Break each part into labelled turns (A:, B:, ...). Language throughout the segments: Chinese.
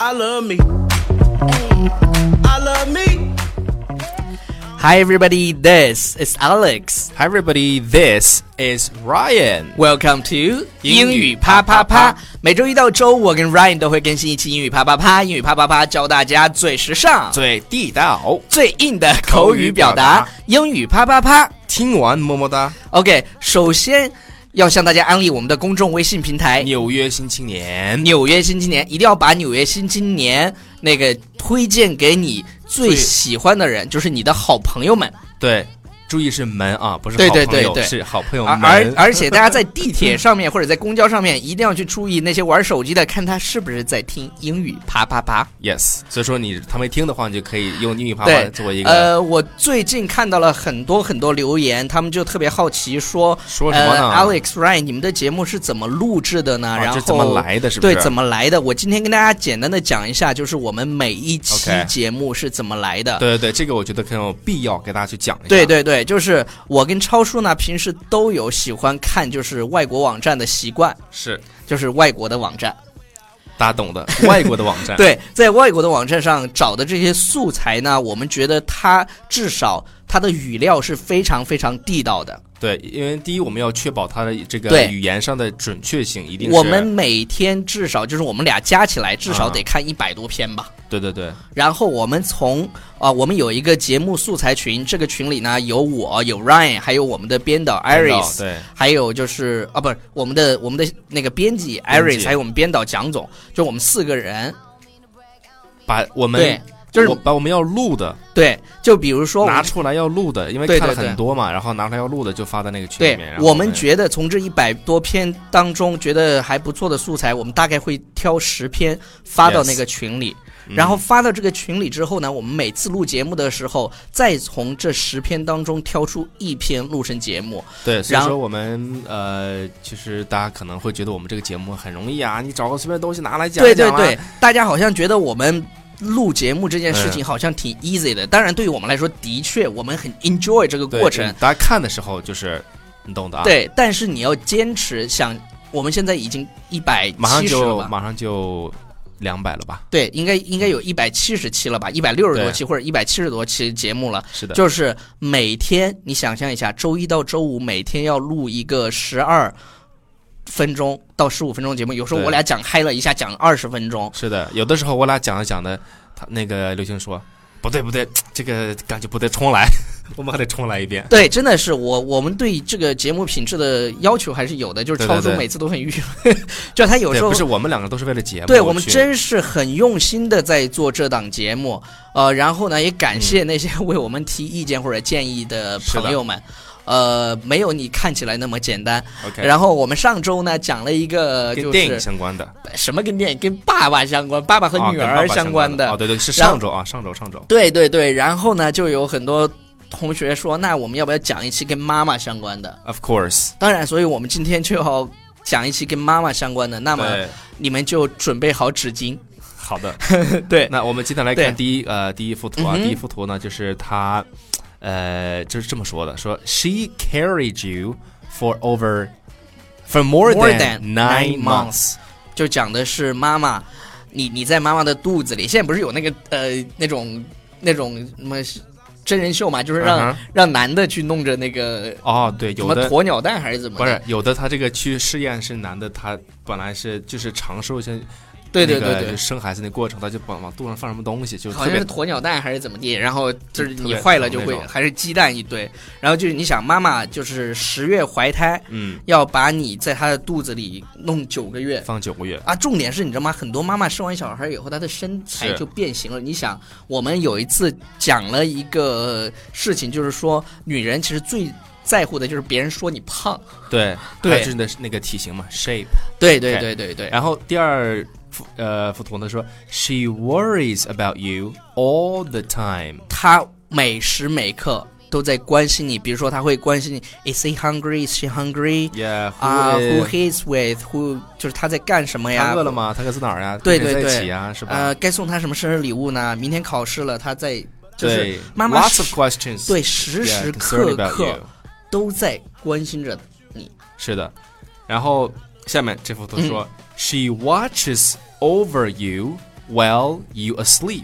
A: I love me. I love me.
B: Hi everybody, this is Alex.
C: Hi everybody, this is Ryan.
B: Welcome to
C: 英
B: 英
C: 语
B: 语
C: 啪
B: 啪
C: 啪啪
B: 啪啪。每周一到周五，我跟 Ryan 都会更新一期英语啪啪啪。英语啪啪啪教大家最时尚、
C: 最
B: 最
C: 地道，
B: 最硬的口语表达。英语啪啪啪。
C: 听完么么哒。
B: OK，首先要向大家安利我们的公众微信平台《
C: 纽约新青年，
B: 哎纽约新青年》，一定要把《纽约新青年》那个推荐给你最
C: 最
B: 喜欢的人，就是你的好朋友们。
C: 对，注意是门啊，不是
B: 对
C: 好
B: 对
C: 朋
B: 对
C: 友
B: 对
C: 是好朋友
B: 而
C: 们。
B: 而而且大家在地铁上面或者在公交上面一定要去注意那些玩手机的，看他是不是在听英语啪啪啪。
C: yes，所以说你他没听的话，你就可以用英语啪啪
B: 对，
C: 作为一个
B: 呃，我最近看到了很多很多留言，他们就特别好奇说，
C: 说什么呢
B: 呃、？Alex Ryan，你们的节目是怎么录制的呢？
C: 啊
B: 然后
C: 这怎么来的是不是
B: 对，怎么来的？我今天跟大家简单的讲一下，就是我们每一期
C: OK
B: 节目是怎么来的。
C: 对对对，这个我觉得很有必要给大家去讲一下。
B: 对对对，就是我跟超叔呢，平时都有喜欢看就是外国网站的习惯，
C: 是
B: 就是外国的网站。
C: 大家懂的，外国的网 站。
B: 对，在外国的网站上找的这些素材呢，我们觉得它至少它的语料是非常非常地道的。
C: 对，因为第一我们要确保它的这个
B: 对
C: 语言上的准确性，一定是
B: 我们每天至少就是我们俩加起来至少得
C: 啊
B: 看一百多篇吧。
C: 对对对
B: 然后我们从啊、我们有一个节目素材群，这个群里呢有我有 Ryan，还有我们的编导
C: 看到
B: Iris，
C: 对
B: 还有就是啊，不是我们的我们的那个编辑
C: 编辑
B: Iris，还有我们编导蒋总，就我们四个人，
C: 把我们
B: 对，就是
C: 我把我们要录的
B: 对，就比如说我
C: 拿
B: 们
C: 出来要录的，因为
B: 对
C: 看了
B: 对对
C: 很多嘛，然后拿出来要录的就发在那个群里
B: 对
C: 面。，然后
B: 我们觉得从这一百多篇当中，觉得还不错的素材，我们大概会挑十篇发到
C: Yes 嗯
B: 那个群里。然后发到这个群里之后呢，我们每次录节目的时候，再从这十篇当中挑出一篇录成节目。
C: 对，所以
B: 然后
C: 说我们呃，其实大家可能会觉得我们这个节目很容易啊，你找个随便东西拿来讲
B: 对
C: 一
B: 对
C: 讲啊
B: 对，大家好像觉得我们录节目这件事情好像挺 easy
C: 嗯
B: 的，当然对于我们来说，的确我们很 enjoy 这个
C: 对
B: 过程
C: 嗯，大家看的时候就是你懂的啊。，
B: 对，但是你要坚持想。我们现在已经一百
C: 马上
B: 七十了
C: 就
B: 吧？
C: 马上就两百了吧？
B: 对，应该应该有一百七十期了吧，一百六十多
C: 对
B: 期或者一百七十多期节目了。
C: 是的，
B: 就是每天，你想象一下，周一到周五每天要录一个十二分钟到十五分钟节目，有时候
C: 对
B: 我俩讲嗨了一下，讲二十分钟。
C: 是的，有的时候我俩讲着讲着，他那个刘星说不对不对，这个感觉不对，重来， 我们还得重来一遍。
B: 对，真的是我我们对这个节目品质的要求还是有的，就是
C: 对
B: 超
C: 对
B: 叔
C: 对
B: 每次都很郁， 就他有
C: 对，
B: 时候
C: 不是哎我们两个都是为了节目去，
B: 对我们真是很用心的在做这档节目，呃，然后呢，也感谢 那些为我们提意见或者建议的
C: 是的
B: 朋友们，呃，没有你看起来那么简单。
C: OK，
B: 然后我们上周呢讲了一个
C: 跟
B: 就
C: 电影
B: 是
C: 相关的，
B: 什么跟电影跟爸爸相关，爸爸和
C: 啊
B: 女
C: 跟爸
B: 儿
C: 爸
B: 相
C: 关
B: 的
C: 哦，，对对，是
B: 然后
C: 上周啊，上周上周，
B: 对对对，然后呢就有很多同学说，那我们要不要讲一期跟妈妈相关的？
C: Of course，
B: 当然，所以我们今天就要讲一期跟妈妈相关的，那
C: 那
B: 么你们就准备好纸 巾，
C: 好的，
B: 对。
C: 那我们今天来
B: 对
C: 看第一呃第一幅图啊，
B: 嗯哼
C: 第一幅图呢就是他，呃就是这么说的，说 She carried you for over for more
B: More than
C: nine
B: nine months
C: months，
B: 就讲的是妈妈，你你在妈妈的肚子里。现在不是有那个呃那种那种什么真人秀嘛，就是让、
C: 嗯哼
B: 让男的去弄着那个
C: 哦，对，
B: 什
C: 有
B: 么
C: 的。
B: 鸵鸟蛋还是怎么
C: 不
B: 的？
C: 是，有的他这个去试验是男的，他本来是就是尝试一下
B: 对对
C: 那个
B: 对对
C: 就。生孩子那过程，他就往往肚上放什么东西，就
B: 好
C: 特
B: 像
C: 别
B: 是鸵鸟蛋还是怎么地，然后就是
C: 特
B: 你
C: 别
B: 坏了就
C: 疼
B: 会
C: 那种
B: 还是鸡蛋一堆，然后就是你想妈妈就是十月怀胎，
C: 嗯，
B: 要把你在她的肚子里弄九个月，
C: 放九个月，
B: 啊，重点是你知道吗？很多妈妈生完小孩以后，她的身材
C: 是
B: 就变形了。你想，我们有一次讲了一个事情，就是说女人其实最在乎的就是别人说你胖。
C: 对，
B: 对
C: 还有就是你的那个体型嘛，shape。
B: 对对对
C: OK
B: 对对，
C: 然后第二幅呃幅图呢说，She worries about you all the time。
B: 她每时每刻都在关心你，比如说她会关心你，Is he hungry? Is she hungry?
C: Yeah，
B: 啊、w h o
C: who is-
B: he's with? Who 就是她在干什么呀？
C: 他饿了吗？他在哪儿呀？
B: 对
C: 跟谁
B: 对
C: 在
B: 对
C: 一起呀，是吧
B: 呃，？该送她什么生日礼物呢？明天考试了，她在就是
C: 对，
B: 妈妈
C: lots
B: 时
C: of questions，
B: 对时
C: yeah，
B: 时
C: concerned
B: 刻
C: about
B: 刻
C: you
B: 都在关心着
C: 是的。然后下面这幅图说，She watches over you while you asleep.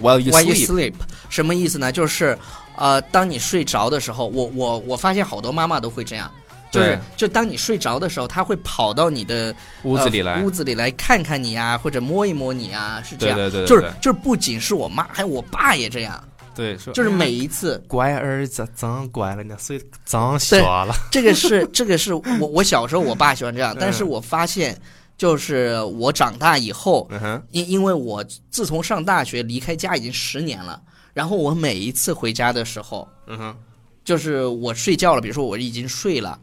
C: While you
B: While you
C: sleep.
B: sleep 什么意思呢？就是，呃，当你睡着的时候，我我我发现好多妈妈都会这样，就是
C: 对
B: 就当你睡着的时候，她会跑到你的
C: 屋子里来
B: 呃屋子里来看看你啊，或者摸一摸你啊，是这样。
C: 对对对对
B: 就是
C: 对
B: 就是，不仅是我妈，还有我爸也这样，
C: 对，说
B: 就是 每一次，
C: 乖儿子长乖了，你睡长
B: 小
C: 了。
B: 这个是这个是我我小时候我爸喜欢这样
C: 嗯，
B: 但是我发现，就是我长大以后，
C: 嗯哼，
B: 因因为我自从上大学离开家已经十年了，然后我每一次回家的时候，
C: 嗯哼，
B: 就是我睡觉了，比如说我已经睡了，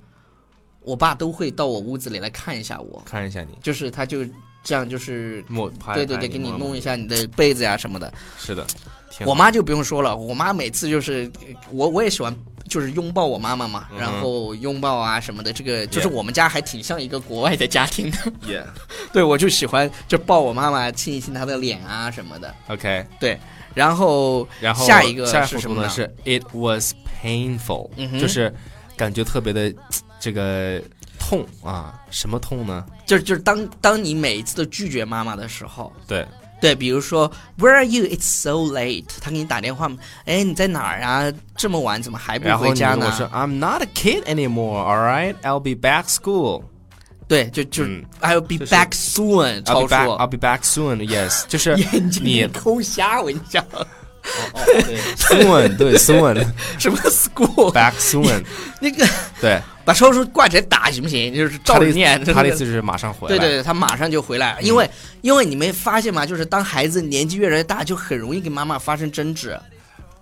B: 我爸都会到我屋子里来看一下我，
C: 看一下你，
B: 就是他就这样就是。
C: 摸拍，
B: 对对对，
C: 拍
B: 给你
C: 摸
B: 弄一下你的被子呀、什么的。
C: 是的，挺
B: 我
C: 好
B: 妈就不用说了，我妈每次就是我我也喜欢就是拥抱我妈妈嘛，
C: 嗯哼
B: 然后拥抱啊什么的。这个就是
C: Yeah
B: 我们家还挺像一个国外的家庭的。
C: Yeah.
B: 对，我就喜欢就抱我妈妈亲一亲她的脸啊什么的。
C: OK，
B: 对，然后
C: 然后
B: 下一个
C: 下一
B: 是
C: 幅
B: 什
C: 图
B: 么
C: 呢？
B: 呢？
C: 是 It was painful，、
B: 嗯哼
C: 就是感觉特别的这个痛啊，什么痛呢？
B: 就是就是当当你每一次都拒绝妈妈的时候，
C: 对，
B: 对，比如说 Where are you? It's so late。他给你打电话，哎，你在哪儿啊？这么晚怎么还不
C: 然后
B: 回
C: 你
B: 家
C: 如果说
B: 呢？
C: I'm not a kid anymore, all right, I'll be back school,
B: 对，就就
C: 嗯
B: 还有 be
C: 就是
B: back soon，
C: I'll be
B: 超
C: back,
B: 叔
C: I'll be back soon, yes，就是
B: 眼睛
C: 你
B: 给抠瞎，我跟你 讲，
C: soon 对 soon
B: 什么 school
C: back soon，
B: 那个
C: 对，
B: 把超叔挂起来打行不行？就是
C: 他
B: 照着
C: 的意
B: 念，
C: 思
B: 真
C: 他的
B: 的
C: 意思就是马上回来，嗯
B: 对对，对，他马上就回来，因为、因为你没发现吗？就是当孩子年纪越来越大，就很容易跟妈妈发生争执。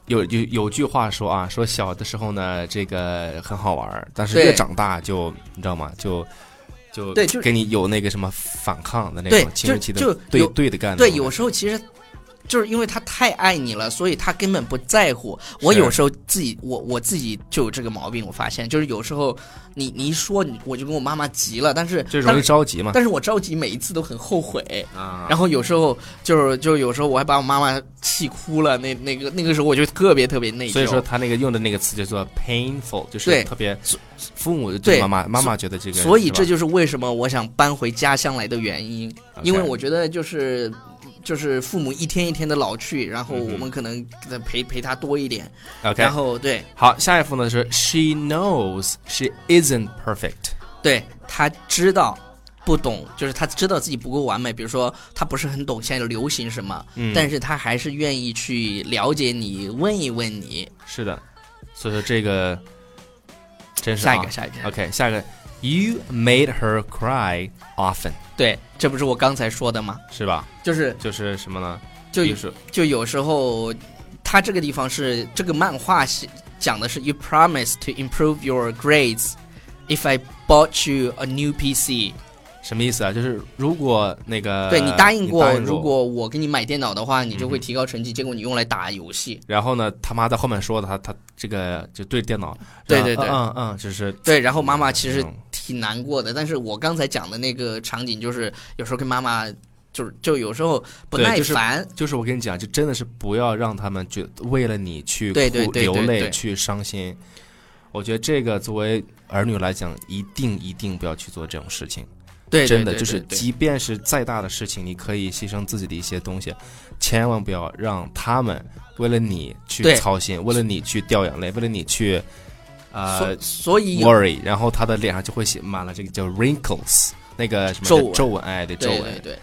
C: 有有有句话说啊，说小的时候呢，这个很好玩儿，但是
B: 对
C: 越长大就你知道吗？就就
B: 对就是
C: 给你有那个什么反抗的那
B: 对
C: 种青春
B: 就
C: 期的
B: 就
C: 对
B: 有
C: 对的干的
B: 对，
C: 那种
B: 有时候其实就是因为他太爱你了，所以他根本不在乎。我有时候自己，我我自己就有这个毛病，我发现就是有时候你你一说你，我就跟我妈妈急了，但是
C: 就容易
B: 但
C: 着急嘛
B: 但是我着急，每一次都很后悔。
C: 啊
B: 然后有时候就是就有时候我还把我妈妈气哭了，那那个那个时候我就特别特别内疚。
C: 所以说他那个用的那个词叫做 painful，就是
B: 对
C: 特别父母对
B: 对
C: 妈妈妈妈觉得这个，
B: 所以这
C: 就
B: 就是为什么我想搬回家乡来的原因，
C: 啊
B: 因为我觉得就是就是父母一天一天的老去，然
C: 嗯
B: 后我们可能呃陪陪他多一点，
C: OK
B: 然后对
C: 好，下一幅呢是 She knows she isn't perfect，
B: 对，他知道。不懂，就是他知道自己不够完美。比如说，他不是很懂现在流行什么，
C: 嗯啊
B: 但是他还是愿意去了解你，问一问你。
C: 是的，所以说这个真是
B: 下一
C: 啊
B: 个，下一个，
C: OK，下一个，You made her cry often，
B: 对，这不是我刚才说的吗？
C: 是吧？
B: 就是
C: 就是什么呢？
B: 就
C: 就是
B: 就有时候，他这个地方是这个漫画是讲的是 You promise to improve your grades if I bought you a new PC
C: 什么意思啊？就是如果那个
B: 对。你答应过，
C: 呃你答嗯
B: 如果我给你买电脑的话，你就会提高成绩，结果你用来打游戏。
C: 然后呢，他妈在后面说的他他这个就对着电脑，
B: 对
C: 然后
B: 对对
C: 嗯嗯，就是
B: 对，然后妈妈其
C: 这
B: 实
C: 种
B: 挺难过的，但是我刚才讲的那个场景就是有时候跟妈妈就是就有时候不
C: 对
B: 耐
C: 就是
B: 烦，
C: 就是我跟你讲，就真的是不要让他们觉为了你去
B: 对对
C: 哭
B: 对对
C: 流
B: 对
C: 泪
B: 对
C: 去伤心。我觉得这个作为儿女来讲，一定一定不要去做这种事情。
B: 对对
C: 真的
B: 对
C: 就是，
B: 对对
C: 即便是再大的事情，你可以牺牲自己的一些东西，千万不要让他们为了你去
B: 对
C: 操心，为了你去掉眼泪，为了你去呃
B: 所所以有
C: worry，然后他的脸上就会写满了这个叫 wrinkles 那个什么
B: 皱纹
C: 皱纹，哎，对皱
B: 对
C: 纹，
B: 对对。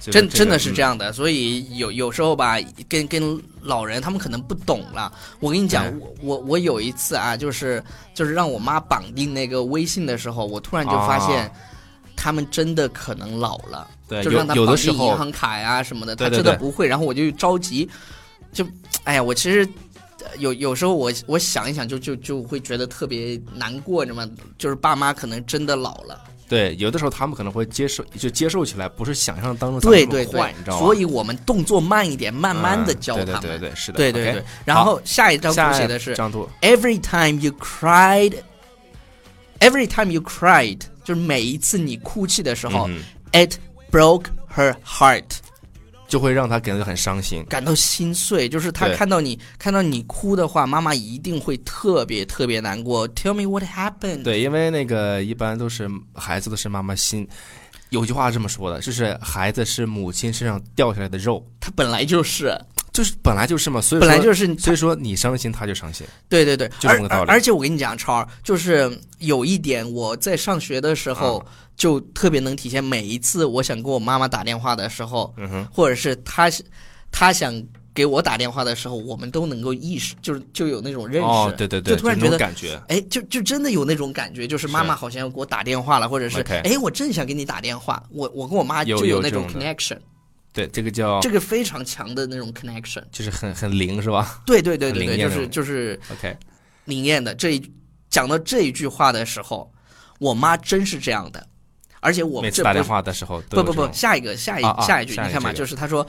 C: 所以
B: 真
C: 说
B: 真的是这。
C: 嗯
B: 样的，所以有有时候吧，跟跟老人他们可能不懂了。我跟你讲
C: 哎，
B: 我我我有一次啊，就是就是让我妈绑定那个微信的时候，我
C: 嗯
B: 突然就发
C: 啊
B: 现，他们真的可能老了，
C: 对，
B: 就让
C: 呃有
B: 他
C: 有
B: 绑
C: 的时
B: 定银
C: 候
B: 行卡呀、什么的，
C: 对
B: 他
C: 对
B: 真的
C: 对
B: 不会。然后我就着急，就哎呀，我其实。呃有有时候我我想一想就就就会觉得特别难过，你知道吗？就是爸妈可能真的老了，
C: 对，有的时候他们可能会接受，就接受起来不是想象当中咱们
B: 对
C: 这么
B: 对对
C: 坏，你知道吗？
B: 所以我们动作慢一点，慢慢的教他们。
C: 嗯对对对对，是的，
B: 对对对。然后下一张
C: OK，
B: 图
C: 下
B: 写的是
C: 张图，
B: Every time you cried, every time you cried，就是每一次你哭泣的时候、
C: 嗯
B: i t broke her heart，
C: 就会让他感觉很伤心。
B: 感到心碎。就是她
C: 对
B: 看到你看到你哭的话，妈妈一定会特别特别难过。Tell me what happened。
C: 对，因为那个一般都是孩子都是妈妈心有句话这么说的，就是孩子是母亲身上掉下来的肉，
B: 他本来就是，
C: 就是本来就是嘛，所以
B: 本来
C: 说，
B: 就是
C: 所以说你伤心他就伤心，
B: 对对对，
C: 就这么个道理
B: 而而而且我跟你讲，超儿，就是有一点，我在上学的时候、
C: 啊
B: 就特别能体现，每一次我想给我妈妈打电话的时候，
C: 嗯哼，
B: 或者是她她想给我打电话的时候，我们都能够意识，就是就有那种认识，
C: 哦，对对对，
B: 就突然
C: 那种
B: 觉得。
C: 感觉，
B: 哎，就就真的有那种感觉，就是妈妈好像要给我打电话了，或者是
C: OK
B: 哎，我正想给你打电话，我我跟我妈
C: 有
B: 就
C: 有
B: 那
C: 这
B: 种
C: 种的哦
B: connection，
C: 对，这个叫
B: 这个非常强的那种 connection。
C: 就是很很灵是吧
B: 对对对
C: 很
B: 对
C: 灵
B: 对，
C: 验
B: 就
C: 那
B: 是
C: 种
B: 就是
C: ？OK，
B: 灵验的这一讲到这一句话的时候，我妈真是这样的，而且我
C: 每次
B: 这
C: 打
B: 不
C: 电话的时候都
B: 不
C: 有
B: 不
C: 这
B: 不，
C: 种
B: 下一个下一
C: 啊啊
B: 下一句，
C: 下一个
B: 你看嘛，
C: 这个
B: 就是她说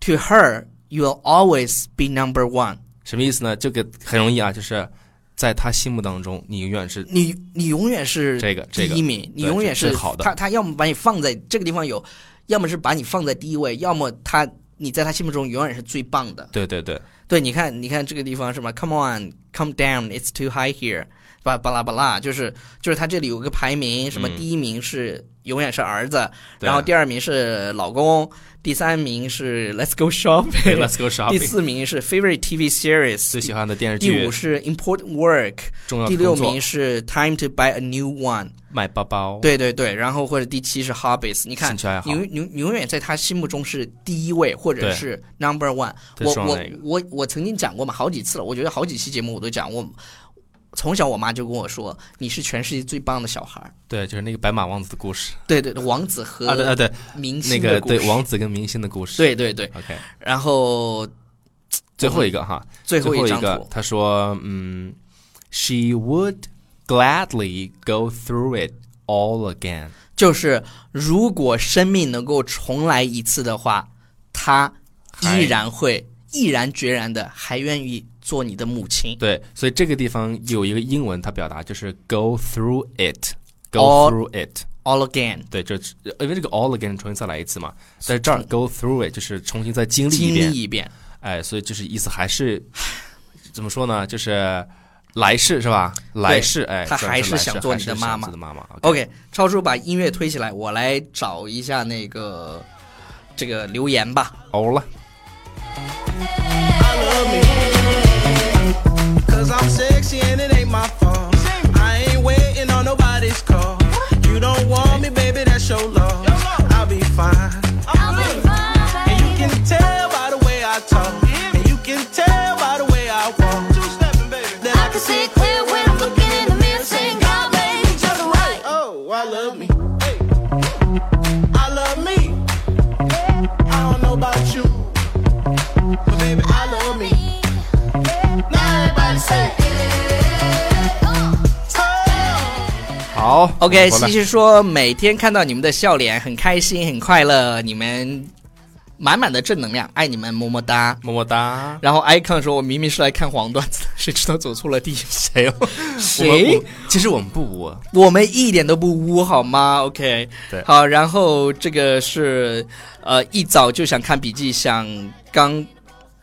B: ，To her you will always be number one，
C: 什么意思呢？这个很容易啊，就是在他心目当中，你永远是
B: 你你永远是
C: 这个
B: 第
C: 这个
B: 一名，你
C: 对
B: 永远
C: 这
B: 是
C: 是好的
B: 他他要么把你放在这个地方有，要么是把你放在第一位，要么他你在他心目中永远是最棒的。
C: 对对对，
B: 对，你看，你看这个地方是吧？Come on, come down, it's too high here，巴巴拉巴拉，就是就是他这里有个排名，什么
C: 嗯
B: 第一名是永远是儿子，
C: 对啊
B: 然后第二名是老公，第三名是 Let's go shopping，
C: Let's go
B: 第
C: shopping。
B: 四名是 favorite TV
C: 最喜
B: series，
C: 欢的电视
B: 第
C: 剧
B: 五，是 important work，
C: 重要的
B: 第六
C: 工作
B: 名是 time to buy a new one，
C: 卖包包，，
B: 对对对，然后或者第七是 hobbies，你
C: 哦
B: 看
C: 兴趣爱好
B: 你，永你你永远在他心目中是第一位，或者
C: 对
B: 是 number one。
C: 最
B: 我
C: 爽
B: 我
C: 的一个
B: 我我曾经讲过嘛，好几次了，我觉得好几期节目我都讲，我从小我妈就跟我说，你是全世界最棒的小孩儿。
C: 对，就是那个白马王子的故事
B: 对对，对王子
C: 啊，对啊
B: 和
C: 对，
B: 明
C: 那
B: 星
C: 个
B: 的故事。
C: 对王子跟明星的故事，
B: 对对对，
C: ，OK，
B: 然后
C: 最后一个哈，
B: 最
C: 后
B: 后一张
C: 个
B: 图，
C: 他说，嗯，She would gladly go through it all again，
B: 就是如果生命能够重来一次的话，她
C: 还
B: 依然会毅然决然的还愿意做你的母亲。
C: 对，所以这个地方有一个英文，它表达就是 go through it，go
B: All-
C: through it，
B: All again。
C: 对，这因为这个 all again 重新再来一次嘛，在这儿 go through it 就是重新再经历一
B: 经
C: 遍，
B: 历一遍，
C: 哎，所以就是意思还是怎么说呢？就是来世是吧？来世，哎，
B: 他
C: 虽然
B: 还
C: 是
B: 是
C: 来
B: 想
C: 世
B: 做
C: 还
B: 你
C: 是
B: 的
C: 想
B: 妈妈
C: 做的妈妈。
B: OK，超叔把音乐推起来，我来找一下那个这个留言吧。
C: 欧了，
A: I love me. Cause I'm sexy and it ain't my fault. I ain't waiting on nobody's call. You don't want me, baby, that's your loss. I'll be fine. And you can tell by the way I talk. And you can tell by the way I walk. That I can see clear when I'm looking in the mirror, saying God made each other right. Oh, I love me. Hey. I love me. I don't know about you, but baby, I love me. Now everybody say, oh.
C: 好
B: OK，
C: 回来
B: 西西说每天看到你们的笑脸，很开心，很快乐，你们满满的正能量，爱你们，么么哒。
C: 么么哒。
B: 然后 icon 说，我明明是来看黄段子的，谁知道走错了地，谁哦？
C: 我们
B: 谁
C: 我？其实我们不污，
B: 我们一点都不污好吗？OK，
C: 对
B: 好，然后这个是呃一早就想看笔记，想刚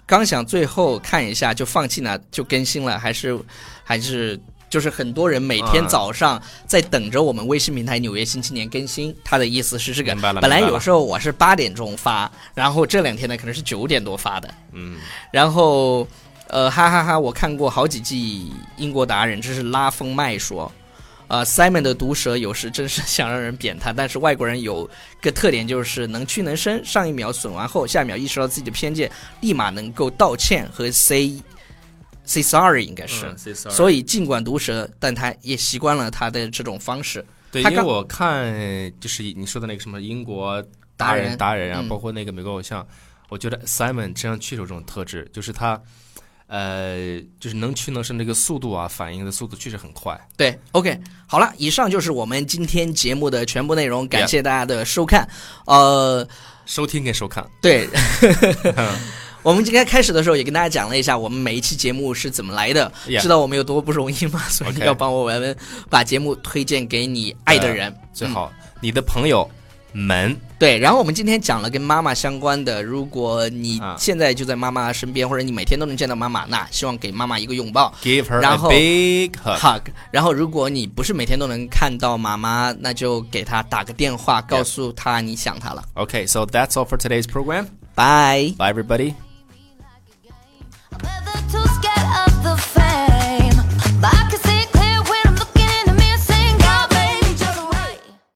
B: 刚想最后看一下就放弃了，就更新了，还是还是就是很多人每天
C: 啊
B: 早上在等着我们微信平台《纽约新青年》更新，他的意思是这个
C: 明白了，
B: 本来
C: 明白了
B: 有时候我是八点钟发，然后这两天呢可能是九点多发的，
C: 嗯，
B: 然后，呃，哈哈哈我看过好几季《英国达人》，这是拉风麦说。呃，Simon 的毒舌有时真是 想让人扁他，但是外国人有个特点就是能屈能伸，上一秒损完后，下一秒意识到自己的偏见，立马能够道歉和 say say sorry，应该是。
C: 嗯以
B: 所以尽管毒舌，但他也习惯了他的这种方式。
C: 对，
B: 他
C: 因为
B: 刚
C: 我看就是你说的那个什么英国
B: 达
C: 人
B: 人
C: 达人啊，
B: 嗯
C: 包括那个美国偶像，我觉得 Simon 身上确实有这种特质，就是他。呃，就是能屈能伸，这个速度啊，反应的速度确实很快。
B: 对，OK，好了，以上就是我们今天节目的全部内容，感
C: Yeah
B: 谢大家的收看。呃，
C: 收听跟收看，
B: 对，我们今天开始的时候也跟大家讲了一下我们每一期节目是怎么来的
C: Yeah
B: 知道我们有多不容易 吗？所以
C: OK Uh
B: 要帮我们把节目推荐给你爱的人，
C: 最好、你的朋友、门，
B: 对，然后我们今天讲了跟妈妈相关的，如果你
C: 啊
B: 现在就在妈妈身边，或者你每天都能见到妈妈，那希望给妈妈一个拥抱。
C: Give her
B: 然
C: a
B: 后
C: big hug。
B: hug，然后如果你不是每天都能看到妈妈，那就给她打个电话，告诉她你想她了。
C: Okay, so that's all for today's program.
B: 拜。
C: Bye, everybody.